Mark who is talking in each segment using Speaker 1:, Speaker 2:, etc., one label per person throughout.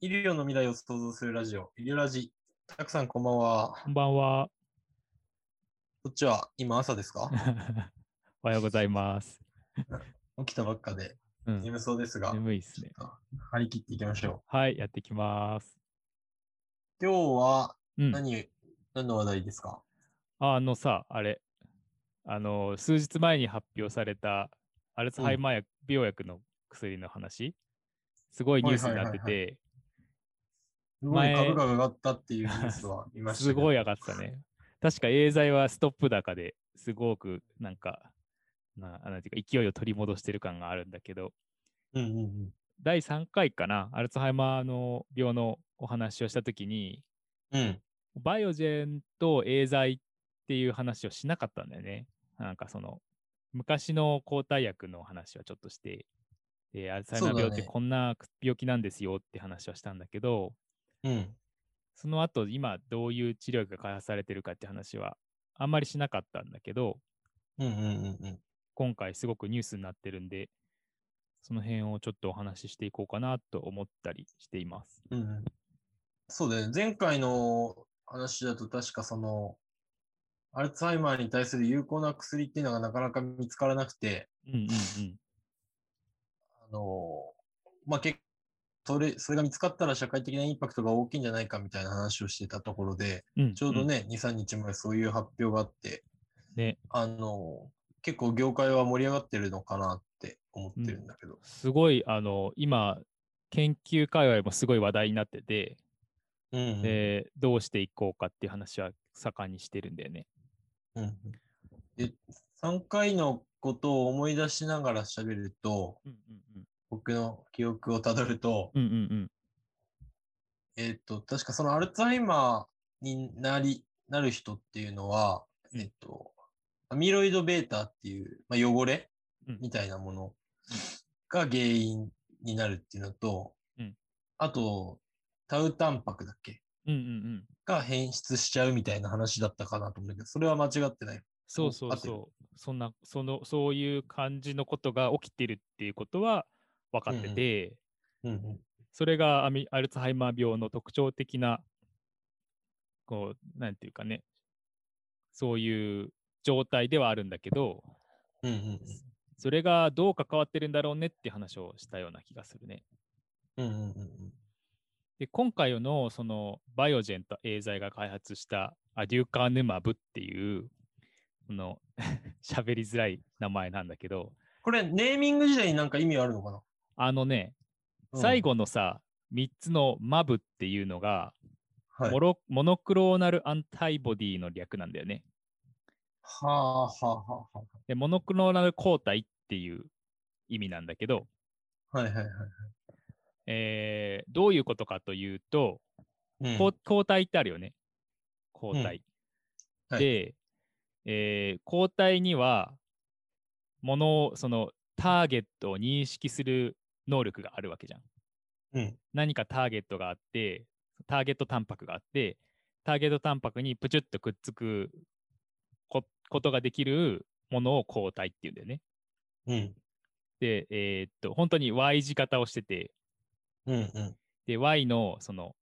Speaker 1: 医療の未来を想像するラジオ、医療ラジ。たくさんこんばんは。
Speaker 2: こんばん は。
Speaker 1: こっちは今朝ですか
Speaker 2: おはようございます。
Speaker 1: 起きたばっかで
Speaker 2: うん、
Speaker 1: 眠そうですが、
Speaker 2: 眠いですね。
Speaker 1: 張り切っていきましょ
Speaker 2: はい、やってきます。
Speaker 1: う。今日は
Speaker 2: うん。
Speaker 1: 何、何の話題ですか
Speaker 2: あのさ、あれ、あの、数日前に発表されたアルツハイマー薬、病薬の薬の話、すごいニュースになっ
Speaker 1: は
Speaker 2: て
Speaker 1: い
Speaker 2: て、
Speaker 1: すごい
Speaker 2: 前
Speaker 1: 株価が上がったっていうニュースは見ました、
Speaker 2: すご
Speaker 1: い。
Speaker 2: い上がってたね。確かエーザイはストップ高ですごくなんか、ななんていうか勢いを取り戻してる感があるんだけど、
Speaker 1: うんうんうん。
Speaker 2: 第3回かな、アルツハイマーの病のお話をしたときに、
Speaker 1: うん。
Speaker 2: バイオジェンとエーザイっていう話をしなかったんだよね。なんかその昔の抗体薬の話はちょっとして、でアルツハイマー
Speaker 1: そうだね
Speaker 2: 病ってこんな病気なんですよって話はしたんだけど、
Speaker 1: うん。
Speaker 2: その後今どういう治療薬が開発されてるかって話はあんまりしなかったんだけど、
Speaker 1: うんうんうんうん。
Speaker 2: 今回すごくニュースになってるんで、その辺をちょっとお話ししていこうかなと思ったりしています。
Speaker 1: うんうん、そうだよね。前回の話だと確かその、アルツハイマーに対する有効な薬っていうのがなかなか見つからなくて、
Speaker 2: うんうんうん。
Speaker 1: あの、まあ、結それ、それが見つかったら社会的なインパクトが大きいんじゃないかみたいな話をしてたところで、
Speaker 2: うんん
Speaker 1: ちょうど。ね、2、3日前そういう発表があって、
Speaker 2: ね
Speaker 1: あの、結構業界は盛り上がってるのかなって思ってるんだけど。
Speaker 2: すごい、あの、今、研究界隈もすごい話題になってて、
Speaker 1: うんうん、
Speaker 2: でどうしていこうかっていう話は盛んにしてるんだよね。
Speaker 1: うんうん。で、3回のことを思い出しながら喋ると、
Speaker 2: うん
Speaker 1: 僕の記憶をたどると、
Speaker 2: うんうん。
Speaker 1: えっと、確かそのアルツハイマーになり、なる人っていうのは、
Speaker 2: うん
Speaker 1: えっと、アミロイド β っていう、まあ、汚れ
Speaker 2: うん
Speaker 1: みたいなものが原因になるっていうのと、
Speaker 2: うん
Speaker 1: あと、タウタンパクだっけ
Speaker 2: うんうんうん。
Speaker 1: が変質しちゃうみたいな話だったかなと思うんだけど、それは間違ってない。
Speaker 2: そうそ
Speaker 1: 合
Speaker 2: う
Speaker 1: ってる
Speaker 2: そう。そんな、その、そういう感じのことが起きてるっていうことは分かってて、
Speaker 1: うんうん。
Speaker 2: それがアミアルツハイマー病の特徴的な、こう、なんていうかね、そういう状態ではあるんだけど、
Speaker 1: うんうん
Speaker 2: それがどう関わってるんだろうねって話をしたような気がするね。
Speaker 1: うん。うんうんうんうん。
Speaker 2: で今回のそのバイオジェンとエーザイが開発したアデューカーヌマブっていうこの 喋りづらい名前なんだけど
Speaker 1: これ、ネーミング時代になんか意味あるのかな、
Speaker 2: あのね
Speaker 1: うん
Speaker 2: 最、後のさ、3つのマブっていうのが、
Speaker 1: はい
Speaker 2: モロモノクローナルアンタイボディの略なんだよね
Speaker 1: はあはあはあは
Speaker 2: でモノクローナル抗体っていう意味なんだけど、
Speaker 1: あ。はいはいはい。
Speaker 2: えーどういうことかというと、
Speaker 1: うん
Speaker 2: 抗抗体ってあるよね
Speaker 1: う
Speaker 2: 抗
Speaker 1: ん
Speaker 2: 体、
Speaker 1: はい
Speaker 2: で、えー抗体にはものをそのターゲットを認識する能力があるわけじゃん
Speaker 1: うん
Speaker 2: 何かターゲットがあってターゲットタンパクがあってターゲットタンパクにプチュッとくっつくこことができるものを抗体っていうんだよね
Speaker 1: うん
Speaker 2: でえーっと本当に Y 字型をしてて
Speaker 1: うんうん
Speaker 2: で Y のその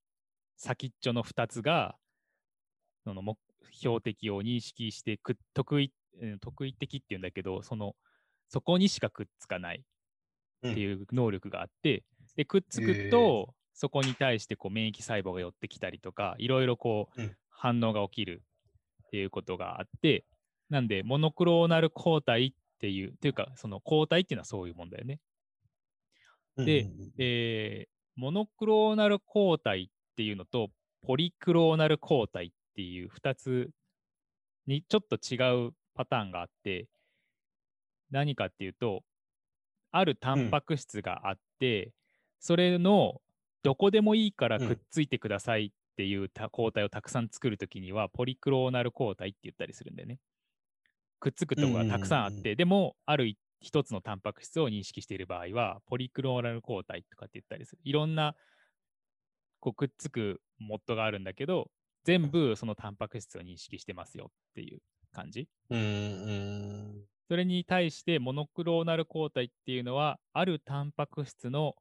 Speaker 2: 先っちょの2つがその目標的を認識してくっ得意うん得意的っていうんだけどそのそこにしかくっつかないっていう能力があって、でくっつ
Speaker 1: へえ
Speaker 2: くと、そこに対してこう免疫細胞が寄ってきたりとかいろいろこう、
Speaker 1: うん
Speaker 2: 反応が起きるっていうことがあってなんでモノクローナル抗体っていうっていうかその抗体っていうのはそういうもんだよね。
Speaker 1: うん。
Speaker 2: で
Speaker 1: うんうんうん
Speaker 2: えーモノクローナル抗体っていうのとポリクローナル抗体っていう2つにちょっと違うパターンがあって何かっていうとあるタンパク質があって、それのどこでもいいから
Speaker 1: うん
Speaker 2: くっついてくださいっていうた抗体をたくさん作るときにはポリクローナル抗体って言ったりするんだよね。くっつくとこがたくさんあって、
Speaker 1: うんうんうん
Speaker 2: でもある一一つのタンパク質を認識している場合はポリクローナル抗体とかって言ったりするいろんなこうくっつくモッドがあるんだけど全部そのタンパク質を認識してますよっていう感じ
Speaker 1: うーん。
Speaker 2: それに対してモノクローナル抗体っていうのはあるタンパク質の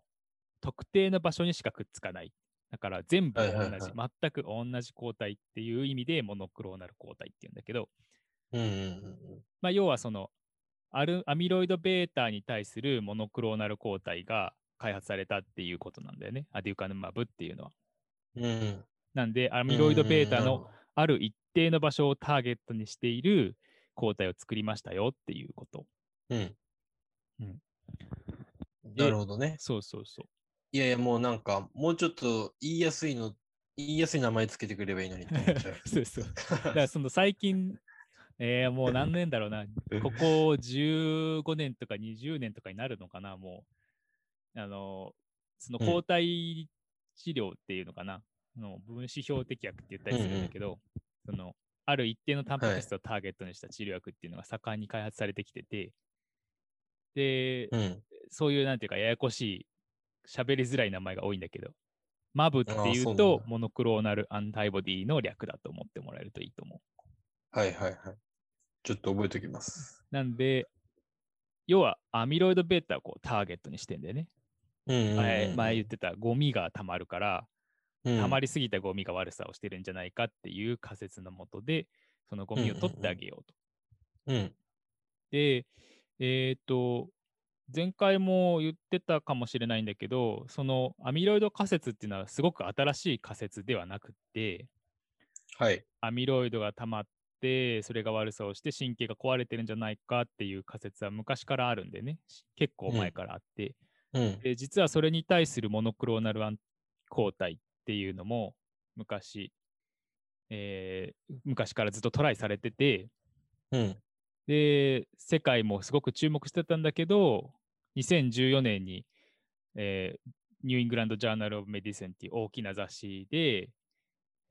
Speaker 2: 特定の場所にしかくっつかないだから全部同じ、
Speaker 1: はいはいは
Speaker 2: 全く同じ抗体っていう意味でモノクローナル抗体っていうんだけど、
Speaker 1: うんうん
Speaker 2: まあ、要はそのアルアミロイド β に対するモノクローナル抗体が開発されたっていうことなんだよね、アデュカヌマブっていうのは。
Speaker 1: うんうん。うん。
Speaker 2: なんで、アミロイド β
Speaker 1: うんうんうん
Speaker 2: のある一定の場所をターゲットにしている抗体を作りましたよっていうこと。
Speaker 1: うん。
Speaker 2: うん
Speaker 1: なるほどね。
Speaker 2: そうそうそう。
Speaker 1: いやいや、もうなんか、もうちょっと言いやすいの、言いやすい名前つけてくればいいのにって思っちゃ
Speaker 2: そうそう。 だか
Speaker 1: う。
Speaker 2: らその最近、えーもう何年だろうな、ここ15年とか20年とかになるのかな、もう、あの、その
Speaker 1: うん
Speaker 2: 抗体治療っていうのかな、の分子標的薬って言ったりするんだけど、その、ある一定のタンパク質をターゲットにした治療薬っていうのが盛んに開発されてきてて、で、
Speaker 1: うん。
Speaker 2: そういうなんていうかややこしい、喋りづらい名前が多いんだけど、マブって
Speaker 1: あー
Speaker 2: い
Speaker 1: そう
Speaker 2: う
Speaker 1: なん
Speaker 2: と
Speaker 1: だ
Speaker 2: モノクローナルアンタイボディの略だと思ってもらえるといいと思う。
Speaker 1: はいはいはい。ちょっと覚えておきます。
Speaker 2: なんで、要はアミロイド β をこうターゲットにしてんだよね。
Speaker 1: うんうんうん、
Speaker 2: 前前言ってたゴミが溜まるから、
Speaker 1: うん、
Speaker 2: 溜まりすぎたゴミが悪さをしてるんじゃないかっていう仮説のもとで、そのゴミを取ってあげようと。
Speaker 1: うん。
Speaker 2: で、えっ、と、前回も言ってたかもしれないんだけど、そのアミロイド仮説っていうのはすごく新しい仮説ではなくって、
Speaker 1: はい。
Speaker 2: アミロイドが溜まって、それが悪さをして神経が壊れてるんじゃないかっていう仮説は昔からあるんでね、し結構前からあって、
Speaker 1: うん。
Speaker 2: で実はそれに対するモノクローナルアン抗体っていうのも昔、えー昔からずっとトライされてて、
Speaker 1: うん。
Speaker 2: で、世界もすごく注目してたんだけど、2014年に、えーニューイングランド・ジャーナル・オブ・メディセンっていう大きな雑誌で、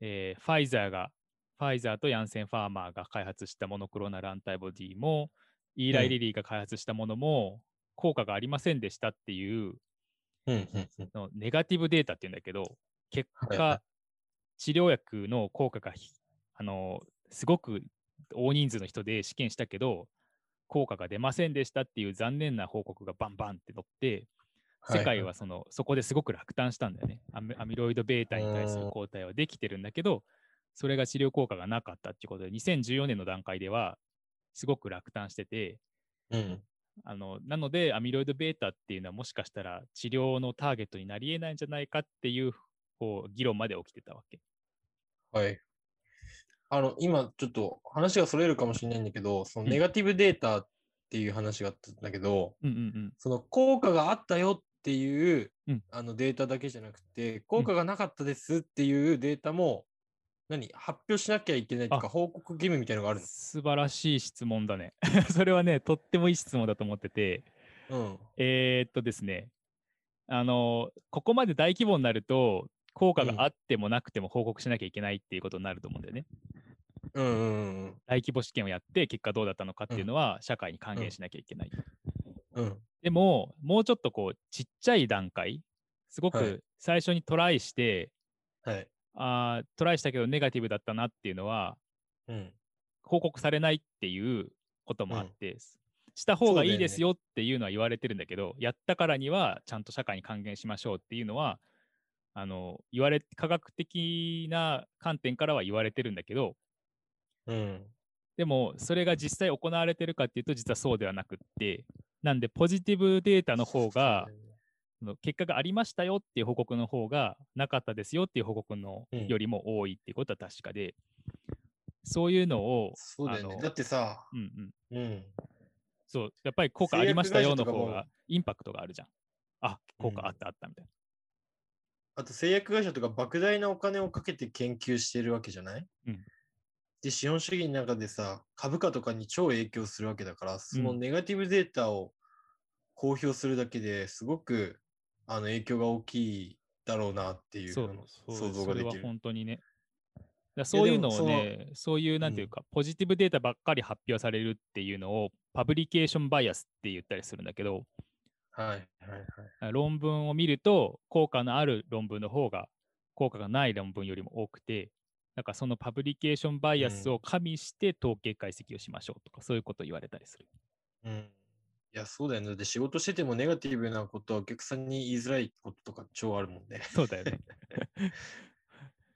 Speaker 2: えーファイザーが、ファイザーとヤンセン・ファーマーが開発したモノクロナルアンタイボディも、イーラ
Speaker 1: う
Speaker 2: イ・
Speaker 1: ん
Speaker 2: リリーが開発したものも、効果がありませんでしたっていう
Speaker 1: うん。うんうん。
Speaker 2: のネガティブデータっていうんだけど、結
Speaker 1: はいは
Speaker 2: 果、治療薬の効果がひ、あのすごく大人数の人で試験したけど、効果が出ませんでしたっていう残念な報告がバンバンって載って、世界はそのそこですごく落胆したんだよね。アミアミロイド β に対す
Speaker 1: う
Speaker 2: る
Speaker 1: ん
Speaker 2: 抗体はできてるんだけど、それが治療効果がなかったっていうことで、2014年の段階では、すごく落胆してて、
Speaker 1: はい。うん。
Speaker 2: あのなので、アミロイド β っていうのはもしかしたら治療のターゲットになり得ないんじゃないかっていうこう議論まで起きてたわけ。
Speaker 1: はい。あの、今、ちょっと話がそれるかもしれないんだけど、その
Speaker 2: うん
Speaker 1: ネガティブデータっていう話があったんだけど、
Speaker 2: うんうん
Speaker 1: その効果があったよっていう、
Speaker 2: うん
Speaker 1: あのデータだけじゃなくて、効果がなかったですっていうデータも、何発表しなきゃいけないとか、
Speaker 2: あ
Speaker 1: 報告義務みたいのがあ
Speaker 2: う
Speaker 1: るん
Speaker 2: ん。
Speaker 1: です。
Speaker 2: 素晴らしい質問だね。 それはね、とってもいい質問だと思ってて、
Speaker 1: うん。
Speaker 2: えーっとですね、あの、ここまで大規模になると、効果
Speaker 1: うん
Speaker 2: があってもなくても報告しなきゃいけないっていうことになると思うんだよね。
Speaker 1: うんうん
Speaker 2: 大規模試験をやって、結果どうだったのかっていうのは、社会に還
Speaker 1: う
Speaker 2: 元
Speaker 1: ん
Speaker 2: しなきゃいけない。
Speaker 1: うん。うん。
Speaker 2: でも、もうちょっとこう、ちっちゃい段階、すご
Speaker 1: はい
Speaker 2: く最初にトライして、
Speaker 1: はい。
Speaker 2: あートライしたけどネガティブだったなっていうのは、
Speaker 1: うん。
Speaker 2: 報告されないっていうこともあ
Speaker 1: うん
Speaker 2: って、した方がいいで
Speaker 1: そうだ
Speaker 2: すよっていうのは言われてるんだけど、やったからにはちゃんと社会に還元しましょうっていうのは、あの言われ科学的な観点からは言われてるんだけど、
Speaker 1: うん。
Speaker 2: でも、それが実際行われてるかっていうと、実はそうではなくって、なんで、ポジティブデータの方が、その結果がありましたよっていう報告の方がなかったですよっていう報告の
Speaker 1: うん
Speaker 2: よりも多いっていうことは確かで、そういうのを
Speaker 1: そうだよ
Speaker 2: あ
Speaker 1: ね。
Speaker 2: の
Speaker 1: だってさ、
Speaker 2: うんうん
Speaker 1: うん。
Speaker 2: そうやっぱり効果ありましたよの方がインパクトがあるじゃんあ効
Speaker 1: うん
Speaker 2: 果あったあったみたいな、
Speaker 1: あと製薬会社とか莫大なお金をかけて研究してるわけじゃない、
Speaker 2: うん
Speaker 1: で、資本主義の中でさ、株価とかに超影響するわけだから、その
Speaker 2: うん
Speaker 1: ネガティブデータを公表するだけですごくあの影響が大きいだろうなっていうあ
Speaker 2: そう
Speaker 1: の
Speaker 2: そう
Speaker 1: 想像が
Speaker 2: そ
Speaker 1: で
Speaker 2: れは
Speaker 1: きる。
Speaker 2: 本当にねだそういうのを
Speaker 1: いやで
Speaker 2: ねそういうなんていうか、ポジティブデータばっかり発表されるっていうのをパブリケーションバイアスって言ったりするんだけど
Speaker 1: はいはいはい。
Speaker 2: 論文を見ると効果のある論文の方が効果がない論文よりも多くてなんかそのパブリケーションバイアスを加味して統計解析をしましょうとか、そういうことを言われたりする。
Speaker 1: うんいや、そうだよね。だって仕事しててもネガティブなことはお客さんに言いづらいこととか超あるもんね。
Speaker 2: そう だよね。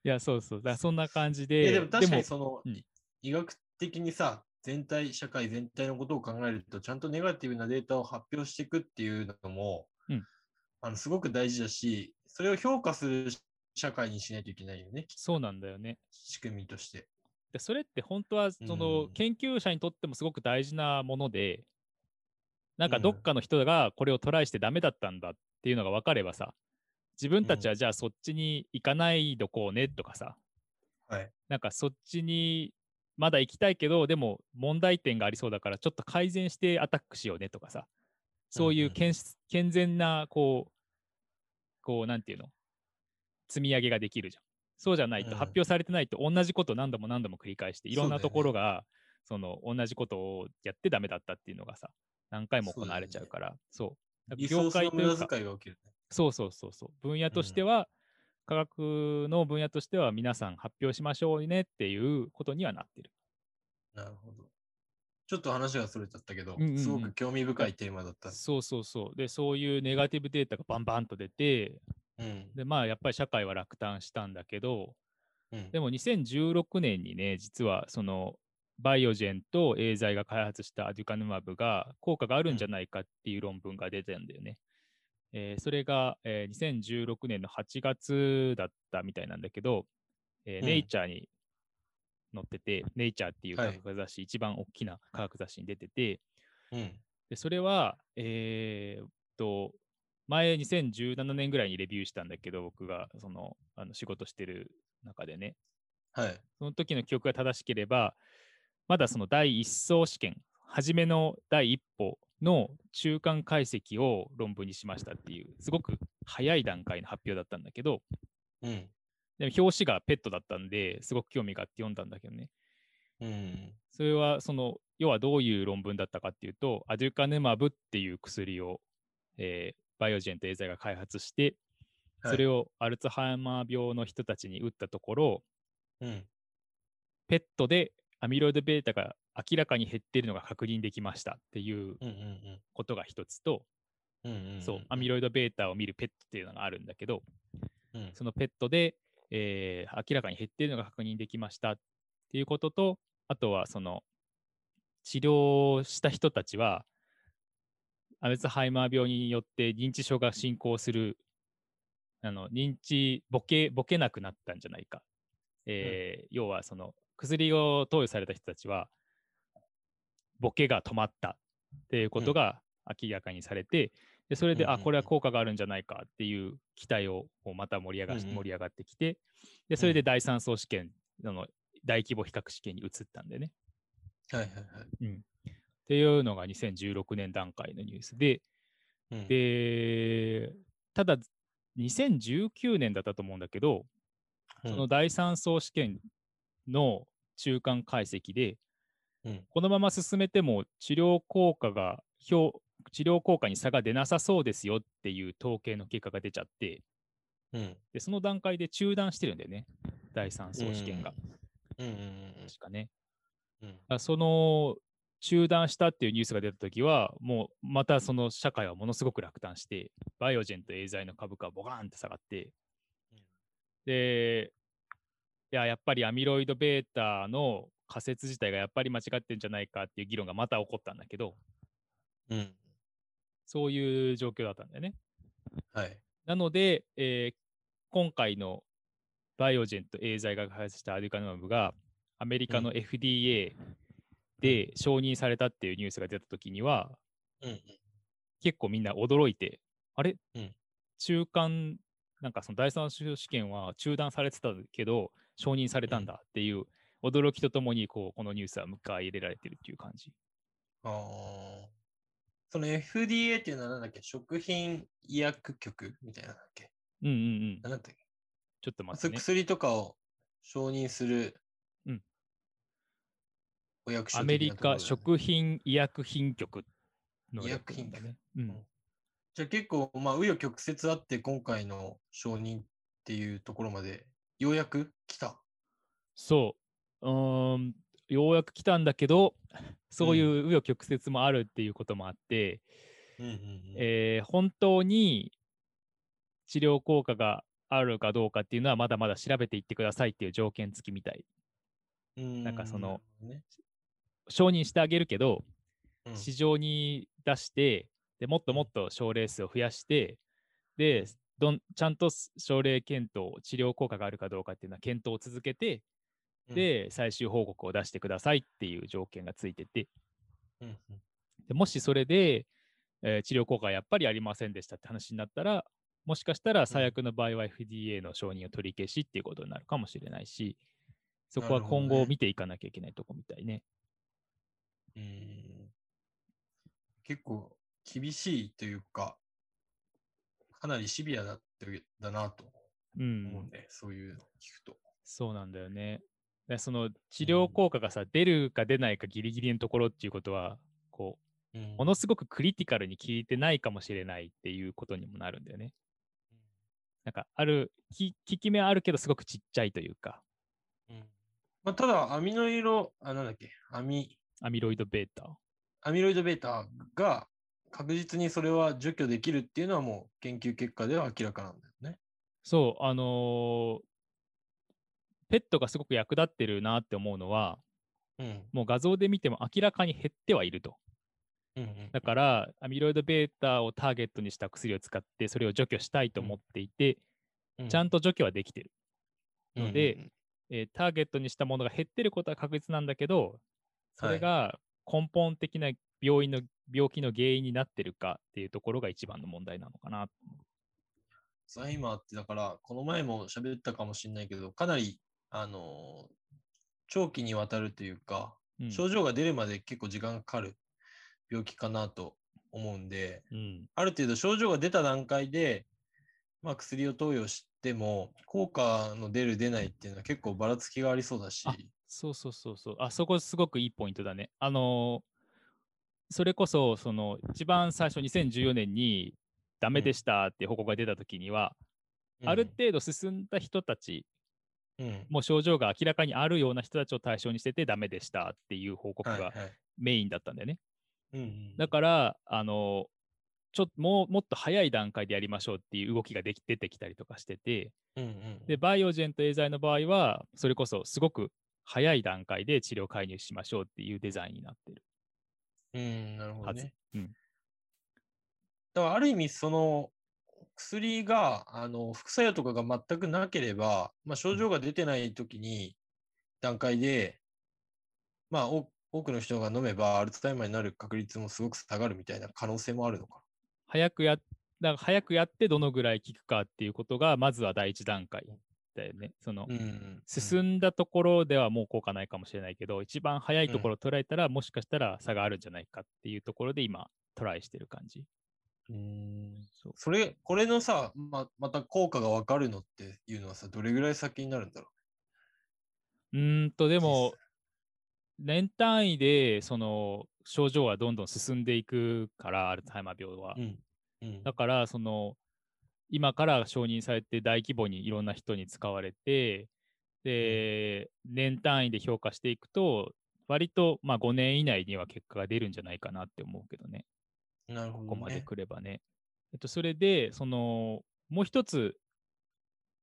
Speaker 2: いや、そうそう。だからそんな感じ
Speaker 1: い
Speaker 2: で。
Speaker 1: や、でも確かにその、
Speaker 2: うん
Speaker 1: 医学的にさ、全体、社会全体のことを考えると、ちゃんとネガティブなデータを発表していくっていうのも、
Speaker 2: うん
Speaker 1: あのすごく大事だし、それを評価する社会にしないといけないよね、
Speaker 2: そうなんだよね。
Speaker 1: 仕組みとして。
Speaker 2: でそれって本当はその
Speaker 1: うん
Speaker 2: 研究者にとってもすごく大事なもので、なんか
Speaker 1: うん
Speaker 2: どっかの人がこれをトライしてダメだったんだっていうのが分かればさ、自分たち
Speaker 1: う
Speaker 2: はじゃあそっちに行かないどこうねとかさ、
Speaker 1: はい。
Speaker 2: なんかそっちにまだ行きたいけど、でも問題点がありそうだからちょっと改善してアタックしようねとかさ、そうい
Speaker 1: うん
Speaker 2: う
Speaker 1: うん
Speaker 2: 健し健全なこう、こうなんていうの、積み上げができるじゃん。そうじゃないと、
Speaker 1: うん
Speaker 2: 発表されてないと同じことを何度も何度も繰り返して、いろんな
Speaker 1: そうだよ
Speaker 2: と
Speaker 1: ね
Speaker 2: ころがその同じことをやってダメだったっていうのがさ、何回も
Speaker 1: そうだ
Speaker 2: 行
Speaker 1: よね
Speaker 2: われちゃうから、そう。
Speaker 1: リソ
Speaker 2: 業
Speaker 1: ース
Speaker 2: 界
Speaker 1: の
Speaker 2: と
Speaker 1: 無
Speaker 2: いう
Speaker 1: 駄
Speaker 2: か、
Speaker 1: 遣いが起きるね。
Speaker 2: そうそうそうそう。分野として
Speaker 1: うん
Speaker 2: は、科学の分野としては皆さん発表しましょうねっていうことにはなってる。
Speaker 1: なるほど。ちょっと話がそれちゃったけど、
Speaker 2: うんうんうん
Speaker 1: すごく興味深いテーマだった。
Speaker 2: そうそうそう。で、そういうネガティブデータがバンバンと出て、
Speaker 1: うん。
Speaker 2: で、まあやっぱり社会は落胆したんだけど、
Speaker 1: うん
Speaker 2: でも2016年にね、実はそのバイオジェンとエーザイが開発したアデュカヌマブが効果があるんじゃないかっていう論文が出てんだよね。えーそれが、えー2016年の8月だったみたいなんだけど、え
Speaker 1: うん
Speaker 2: ネイチャーに載ってて、ネイチャーっていう科
Speaker 1: はい
Speaker 2: 学雑誌、一番大きな科学雑誌に出てて、
Speaker 1: うん。
Speaker 2: でそれは、えーっと、前2017年ぐらいにレビューしたんだけど、僕がそのあの仕事してる中でね、
Speaker 1: はい。
Speaker 2: その時の記憶が正しければ、まだその第一層試験、初めの第一歩の中間解析を論文にしましたっていう、すごく早い段階の発表だったんだけど、
Speaker 1: うん。
Speaker 2: でも表紙がペットだったんですごく興味があって読んだんだけどね。
Speaker 1: うん。
Speaker 2: それはその、要はどういう論文だったかっていうと、アデュカヌマブっていう薬を、えーバイオジェンとエーザイが開発して、
Speaker 1: はい
Speaker 2: それをアルツハイマー病の人たちに打ったところ、
Speaker 1: うん。
Speaker 2: ペットでアミロイド β が明らかに減っているのが確認できましたっていう
Speaker 1: うん。うん。
Speaker 2: ことが一つと、
Speaker 1: うん。うん。
Speaker 2: そう、アミロイド β を見るペットっていうのがあるんだけど、
Speaker 1: うん。
Speaker 2: そのペットで、えー明らかに減っているのが確認できましたっていうことと、あとはその治療した人たちは、アルツハイマー病によって認知症が進行する、あの認知ボケ、ボケなくなったんじゃないか。えー要はその薬を投与された人たちは、ボケが止まったっていうことが明らかにされて、でそれで、
Speaker 1: うんうん
Speaker 2: あ、
Speaker 1: うん
Speaker 2: これは効果があるんじゃないかっていう期待をこうまた盛り上がし
Speaker 1: うんうん
Speaker 2: 盛り上がってきて、でそれ
Speaker 1: う
Speaker 2: で
Speaker 1: ん
Speaker 2: 第3層試験、あの大規模比較試験に移ったんでね。
Speaker 1: はいはいはい。
Speaker 2: うんっていうのが2016年段階のニュースで、
Speaker 1: うん、
Speaker 2: で、ただ2019年だったと思うんだけど、
Speaker 1: うん
Speaker 2: その第3層試験の中間解析で、
Speaker 1: うん
Speaker 2: このまま進めても治療効果が表、治療効果に差が出なさそうですよっていう統計の結果が出ちゃって、
Speaker 1: うん、
Speaker 2: でその段階で中断してるんだよね、第3層試験が。
Speaker 1: うん、うん、
Speaker 2: 確かね。
Speaker 1: うん、うん。
Speaker 2: あその中断したっていうニュースが出たときは、もうまたその社会はものすごく落胆して、バイオジェンとエーザイの株価はボカーンって下がって
Speaker 1: うん、
Speaker 2: で、いや、やっぱりアミロイド β の仮説自体がやっぱり間違ってんじゃないかっていう議論がまた起こったんだけど、
Speaker 1: うん、
Speaker 2: そういう状況だったんだよね。
Speaker 1: はい。
Speaker 2: なので、えー今回のバイオジェンとエーザイが開発したアデュカヌマブがアメリカの FDA で承認されたっていうニュースが出た時には
Speaker 1: うん、
Speaker 2: 結構みんな驚いてあれ、
Speaker 1: うん
Speaker 2: 中間なんかその第三種試験は中断されてたけど承認されたんだっていう驚きとともにこうこのニュースは迎え入れられてるっていう感じ。
Speaker 1: あーその FDA っていうのはなんだっけ食品医薬局みたいなのだっけ
Speaker 2: うんうんうん。
Speaker 1: なんだっけ
Speaker 2: ちょっと待
Speaker 1: そ
Speaker 2: っ
Speaker 1: う
Speaker 2: てね。
Speaker 1: 薬とかを承認する、
Speaker 2: うん
Speaker 1: お役所
Speaker 2: ア
Speaker 1: 的な
Speaker 2: メリ
Speaker 1: ところだよ
Speaker 2: カ
Speaker 1: ね
Speaker 2: 食品医薬品局の
Speaker 1: 医
Speaker 2: 略
Speaker 1: 薬品
Speaker 2: なん
Speaker 1: 局
Speaker 2: だね。うん
Speaker 1: じゃあ結構、まあ、紆余曲折あって今回の承認っていうところまでようやく来た。
Speaker 2: そう。うーん、ようやく来たんだけど、そういう紆余曲折もあるっていうこともあって、
Speaker 1: うんうんうん
Speaker 2: えー本当に治療効果があるかどうかっていうのはまだまだ調べていってくださいっていう条件付きみたい。なんかその、
Speaker 1: うーなる
Speaker 2: 承認してあげるけど、
Speaker 1: ほどねうん
Speaker 2: 市場に出してでもっともっと症例数を増やしてでどんちゃんと症例検討治療効果があるかどうかっていうのは検討を続けて、
Speaker 1: うん
Speaker 2: で最終報告を出してくださいっていう条件がついてて
Speaker 1: うんうん
Speaker 2: でもしそれで、えー治療効果がやっぱりありませんでしたって話になったらもしかしたら最悪の場合は FDA の承認を取り消しっていうことになるかもしれないしそこは
Speaker 1: なるほど
Speaker 2: 今
Speaker 1: ね
Speaker 2: 後見ていかなきゃいけないとこみたいね。
Speaker 1: うーん結構厳しいというか、かなりシビアだってだなと
Speaker 2: うん
Speaker 1: 思うんで、そういうのを聞くと。
Speaker 2: そうなんだよね。でその治療効果がさ、出るか出ないかギリギリのところっていうことは、こう、ものすごくクリティカルに効いてないかもしれないっていうことにもなるんだよね。なんか、ある、き効き目はあるけど、すごくちっちゃいというか、
Speaker 1: うんまあ、ただ、アミノイド、あ、なんだっけ、アミ、
Speaker 2: アミロイド β
Speaker 1: アミロイド β が確実にそれは除去できるっていうのはもう研究結果では明らかなんだよね。
Speaker 2: そう、あのーペットがすごく役立ってるなって思うのは、
Speaker 1: うん
Speaker 2: もう画像で見ても明らかに減ってはいると。
Speaker 1: うんうん
Speaker 2: だから、アミロイド β をターゲットにした薬を使って、それを除去したいと思っていて、
Speaker 1: うん
Speaker 2: ちゃんと除去はできてる。ので
Speaker 1: うんうんうん
Speaker 2: えーターゲットにしたものが減ってることは確実なんだけど、そ
Speaker 1: は
Speaker 2: れ
Speaker 1: い
Speaker 2: が根本的な病院の病気の原因になってるかっていうところが一番の問題なのかな。
Speaker 1: アルツハイマーってだから、この前も喋ったかもしれないけど、かなり、あのー長期にわたるというか、
Speaker 2: うん
Speaker 1: 症状が出るまで結構時間かかる病気かなと思うんで、
Speaker 2: うん
Speaker 1: ある程度症状が出た段階で、まあ、薬を投与しても、効果の出る出ないっていうのは結構ばらつきがありそうだし、
Speaker 2: そうそうそうそう。あそこすごくいいポイントだね。あのーそれこそ、その一番最初2014年にダメでしたって報告が出た時には、ある程度進んだ人たち、
Speaker 1: うん、
Speaker 2: もう症状が明らかにあるような人たちを対象にしててダメでしたっていう報告
Speaker 1: はいは
Speaker 2: が
Speaker 1: い
Speaker 2: メインだったんだよね。
Speaker 1: うんうん
Speaker 2: だから、あの、ちょっともうもっと早い段階でやりましょうっていう動きができ出てきたりとかしてて、
Speaker 1: うんうん
Speaker 2: で、バイオジェンとエーザイの場合は、それこそすごく早い段階で治療介入しましょうっていうデザインになってる
Speaker 1: うん、なるほど
Speaker 2: はず。
Speaker 1: ね。
Speaker 2: うん
Speaker 1: だからある意味その薬があの副作用とかが全くなければ、まあ、症状が出てない時に段階で、まあ、お多くの人が飲めばアルツハイマーになる確率もすごく下がるみたいな可能性もあるのか。
Speaker 2: 早くやだから早くやってどのぐらい効くかっていうことが、まずは第一段階だよね。その、
Speaker 1: うん、ん
Speaker 2: 進んだところではもう効果ないかもしれないけど、一番早いところを捉えたら、もしかしたら差があるんじゃないかっていうところで今、トライしてる感じ。
Speaker 1: うん
Speaker 2: そう
Speaker 1: それこれのさままた効果が分かるのっていうのはさどれぐらい先になるんだろ
Speaker 2: うーんと、で
Speaker 1: う
Speaker 2: も、年単位でその症状はどんどん進んでいくから、アルツハイマー病は。
Speaker 1: うんうん
Speaker 2: だから、その今から承認されて大規模にいろんな人に使われて、で、年単位で評価していくと、割とまあ5年以内には結果が出るんじゃないかなって思うけどね、
Speaker 1: なるほど、ね、
Speaker 2: ここまで来ればね。えっと、それで、その、もう一つ、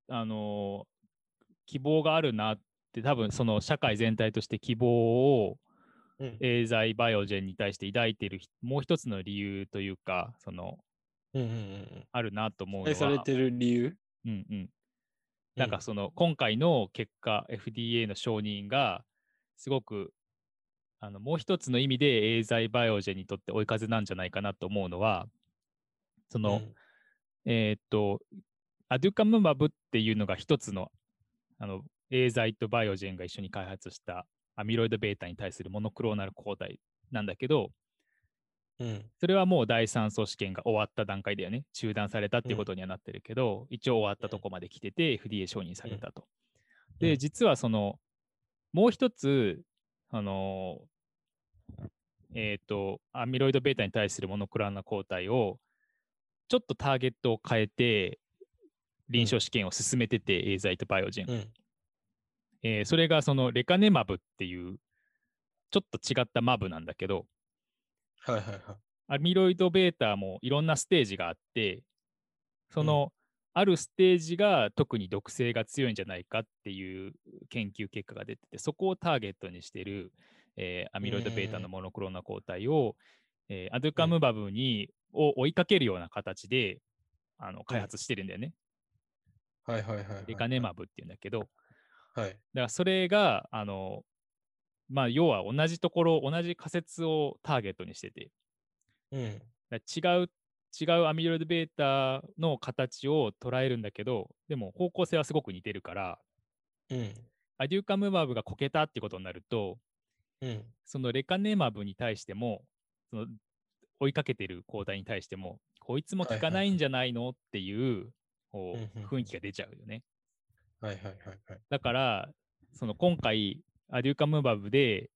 Speaker 2: あの、希望があるなって、多分その社会全体として希望を
Speaker 1: うん
Speaker 2: エーザイバイオジェンに対して抱いているひもう一つの理由というか、その
Speaker 1: うんうんうん
Speaker 2: あるなと思う
Speaker 1: うん。
Speaker 2: の
Speaker 1: 期待
Speaker 2: は、
Speaker 1: されてる理由
Speaker 2: うんうん、なんかその、今回の結果、FDA の承認が、すごくあのもう一つの意味でエーザイバイオジェンにとって追い風なんじゃないかなと思うのは、そ
Speaker 1: う
Speaker 2: の、
Speaker 1: ん
Speaker 2: えーっと、アデュカムマブっていうのが一つの、あの、エーザイとバイオジェンが一緒に開発したアミロイド β に対するモノクローナル抗体なんだけど、
Speaker 1: うん
Speaker 2: それはもう第三相試験が終わった段階だよね。中断されたっていうことにはなってるけど、一応終わったとこまで来てて、FDA 承認されたと。
Speaker 1: うんう
Speaker 2: で、
Speaker 1: ん
Speaker 2: 実はその、もう一つ、あのー、えっ、と、アミロイド β に対するモノクローナル抗体を、ちょっとターゲットを変えて、臨床試験を進めてて、エーザイとバイオジェン。
Speaker 1: うん
Speaker 2: えーそれがそのレカネマブっていうちょっと違ったマブなんだけど、
Speaker 1: はいはいはい。
Speaker 2: アミロイド β もいろんなステージがあって、その、あるステージが特に毒性が強いんじゃないかっていう研究結果が出てて、そこをターゲットにしてる、えーアミロイド β
Speaker 1: う
Speaker 2: の
Speaker 1: ん
Speaker 2: モノクローナ抗体を、えーアドカムバブに、を追いかけるような形であの開発してるんだよね。
Speaker 1: はいはいはいはい。
Speaker 2: レカネマブっていうんだけど、
Speaker 1: はい。
Speaker 2: だからそれが、あの、まあ、要は同じところ、同じ仮説をターゲットにしてて、
Speaker 1: うん。
Speaker 2: だから違う、違うアミロイド β の形を捉えるんだけど、でも方向性はすごく似てるから、
Speaker 1: うん。
Speaker 2: アデュカムマブがこけたってことになると、
Speaker 1: うん。
Speaker 2: そのレカネマブに対しても、その追いかけてる抗体に対しても、こいつも効かないんじゃないのっていう、こ
Speaker 1: うん
Speaker 2: う
Speaker 1: うんうん
Speaker 2: 雰囲気が出ちゃうよね。
Speaker 1: はいはいはいはい。
Speaker 2: だから、その今回、アデュカムバブで、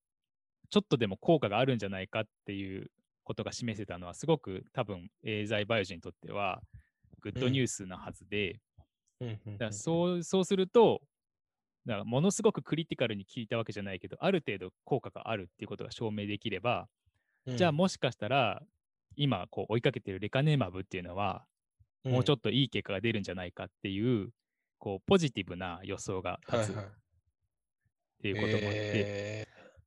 Speaker 2: ちょっとでも効果があるんじゃないかっていうことが示せたのは、すごく多分、エーザイバイオジンにとっては、グッド
Speaker 1: うん
Speaker 2: ニュースなはずで、
Speaker 1: うんうんうん
Speaker 2: だからそうそうすると、だからものすごくクリティカルに効いたわけじゃないけど、ある程度効果があるっていうことが証明できれば、
Speaker 1: うん
Speaker 2: じゃあもしかしたら、今こう追いかけてるレカネマブっていうのは、もうちょ
Speaker 1: っ
Speaker 2: っといい結果が出るんじゃないかっていう、こうポジティブな予想が
Speaker 1: はい
Speaker 2: 立
Speaker 1: はい
Speaker 2: つっ。ていうこともあって、
Speaker 1: え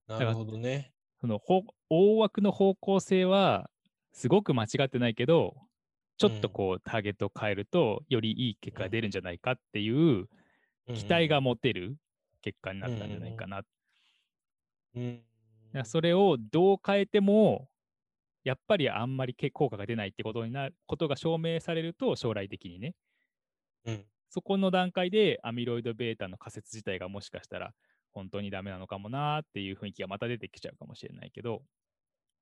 Speaker 1: ーな
Speaker 2: ら
Speaker 1: るほどね。
Speaker 2: その方大枠の方向性はすごく間違ってないけどちょっと
Speaker 1: うん
Speaker 2: こうターゲットを変えるとよりいい結果が出るんじゃないかっていう
Speaker 1: うんうん
Speaker 2: 期待が持てる結果になったんじゃないかな。だか
Speaker 1: うん。
Speaker 2: らそれをどう変えてもやっぱりあんまりけ効果が出ないってことになることが証明されると将来的にね
Speaker 1: うん。
Speaker 2: そこの段階でアミロイド β の仮説自体がもしかしたら本当にダメなのかもなーっていう雰囲気がまた出てきちゃうかもしれないけど、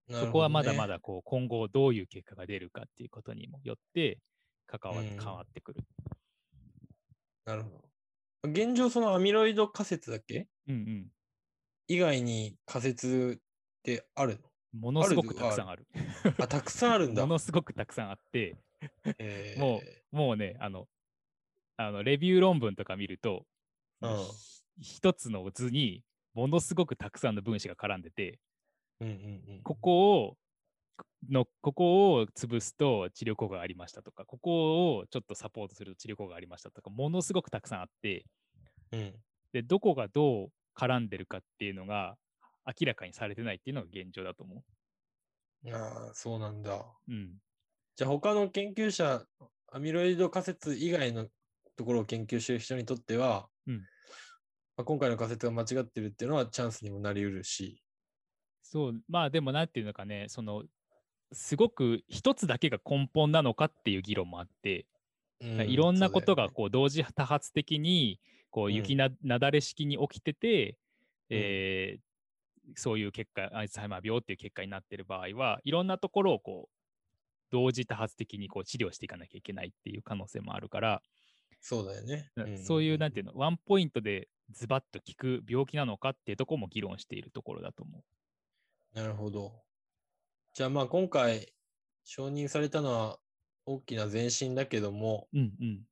Speaker 1: なるほどね
Speaker 2: そこはまだま。だこう今後どういう結果が出るかっていうことにもよって関わ,、
Speaker 1: うん
Speaker 2: 変わってくる。
Speaker 1: なるほど。現状、そのアミロイド仮説だっけ
Speaker 2: うんうん。
Speaker 1: 以外に仮説ってある
Speaker 2: ものすごくたくさんある。
Speaker 1: のあ、たくさんあるんだ
Speaker 2: も。のすごくたくさんあって、
Speaker 1: えー
Speaker 2: ももうね、あの、あのレビュー論文とか見ると、
Speaker 1: うん
Speaker 2: 一つの図にものすごくたくさんの分子が絡んでて、
Speaker 1: うんうんうん。
Speaker 2: ここを、のここを潰すと治療効果がありましたとか、ここをちょっとサポートすると治療効果がありましたとか、ものすごくたくさんあって、
Speaker 1: うん。
Speaker 2: で、どこがどう絡んでるかっていうのが明らかにされてないっていうのが現状だと思
Speaker 1: ああ、そうなんだ。
Speaker 2: う。うん。
Speaker 1: じゃあ、他の研究者、アミロイド仮説以外のところを研究している人にとっては、
Speaker 2: うん
Speaker 1: まあ、今回の仮説が間違ってるっていうのはチャンスにもなりうるし、
Speaker 2: そう、まあでもなんていうのかね、その、すごく一つだけが根本なのかっていう議論もあって、
Speaker 1: う
Speaker 2: いろんなこと
Speaker 1: そうだよ
Speaker 2: が
Speaker 1: ね
Speaker 2: こう同時多発的に
Speaker 1: う
Speaker 2: こうん雪な,、なだれ式に起きてて、
Speaker 1: うん
Speaker 2: えーそういう結果アルツハイマー病っていう結果になってる場合はいろんなところをこう同時多発的にこう治療していかなきゃいけないっていう可能性もあるから、
Speaker 1: そうだよね。
Speaker 2: なそういう、なんていううの、ワンポイントでズバッと効く病気なのかっていうところも議論しているところだと思う。
Speaker 1: の。なるほど。じゃあまあ今回承認されたのは大きな前進だけども、
Speaker 2: うんうん。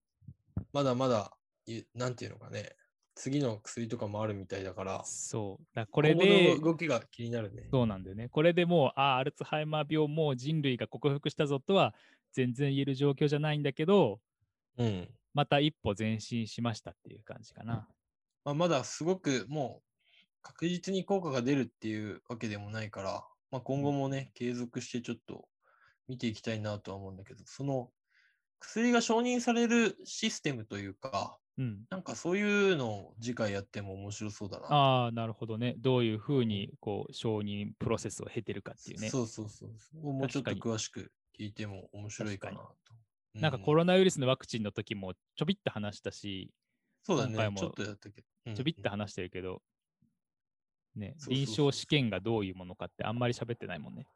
Speaker 1: まだまだ、いなんていうのかね、次の薬とかもあるみたいだから、
Speaker 2: そう。だからこれ
Speaker 1: 今
Speaker 2: で
Speaker 1: 後の、動きが気になるね。
Speaker 2: そうなんだよね。これでもう、ああ、アルツハイマー病、もう人類が克服したぞとは全然言える状況じゃないんだけど、
Speaker 1: うん。
Speaker 2: また一歩前進しましたっていう感じかな。
Speaker 1: まあ、まだすごくもう確実に効果が出るっていうわけでもないから、まあ、今後もね、継続してちょっと見ていきたいなとは思うんだけど、その薬が承認されるシステムというか、
Speaker 2: うん。
Speaker 1: なんかそういうのを次回やっても面白そうだな。
Speaker 2: ああ、なるほどね。どういうふうに、こう、承認プロセスを経てるかっていうね。
Speaker 1: そうそうそうそう。もうちょっと
Speaker 2: 確か
Speaker 1: 詳しく聞いても面白いかなと。
Speaker 2: なんかコ
Speaker 1: れ、
Speaker 2: ロナウイルスのワクチンの時もちょびっと話したし、
Speaker 1: そうだ
Speaker 2: 今回
Speaker 1: ね、
Speaker 2: も
Speaker 1: ちょっとやったけど。うん
Speaker 2: ちょびっと話してるけど、ね、
Speaker 1: そうそうそう
Speaker 2: 臨床試験がどういうものかってあんまり喋ってないもんね。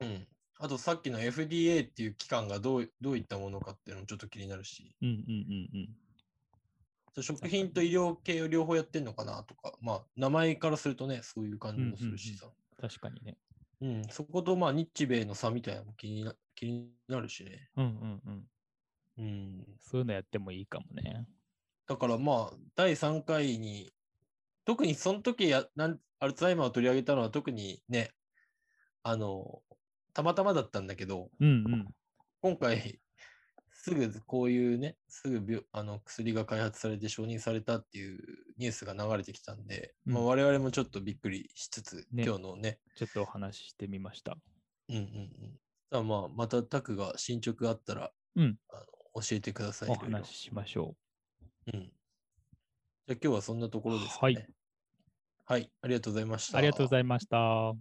Speaker 1: うん。あとさっきの FDA っていう機関がどうどういったものかっていうのもちょっと気になるし。
Speaker 2: うんうんうんうん。
Speaker 1: そう食品と医療系を両方やってんのかなとか、まあ、名前からするとね、そういう感じもするしさ。
Speaker 2: 確かにね。
Speaker 1: うんそこと、まあ、日米の差みたいなのも気にな気になるしね。
Speaker 2: うんうんうん。
Speaker 1: うん。
Speaker 2: そういうのやってもいいかもね。
Speaker 1: だから、まあ、第3回に特にその時やなんアルツハイマーを取り上げたのは特にね、あの、たまたまだったんだけど、
Speaker 2: うんうん。
Speaker 1: 今回、すぐこういうね、すぐ病あの薬が開発されて承認されたっていうニュースが流れてきたんで、
Speaker 2: うん
Speaker 1: まあ、我々もちょっとびっくりしつつ、
Speaker 2: ね
Speaker 1: 今日のね、
Speaker 2: ちょっとお話ししてみました。
Speaker 1: うんうんうん。さあまあ、またタクが進捗あったら、
Speaker 2: うん
Speaker 1: あの教えてください。
Speaker 2: お
Speaker 1: いろいろ
Speaker 2: 話ししましょ
Speaker 1: うん。じゃあ今日はそんなところですかね。はい。ありがとうございまし
Speaker 2: う。
Speaker 1: た。
Speaker 2: ありがとうございました。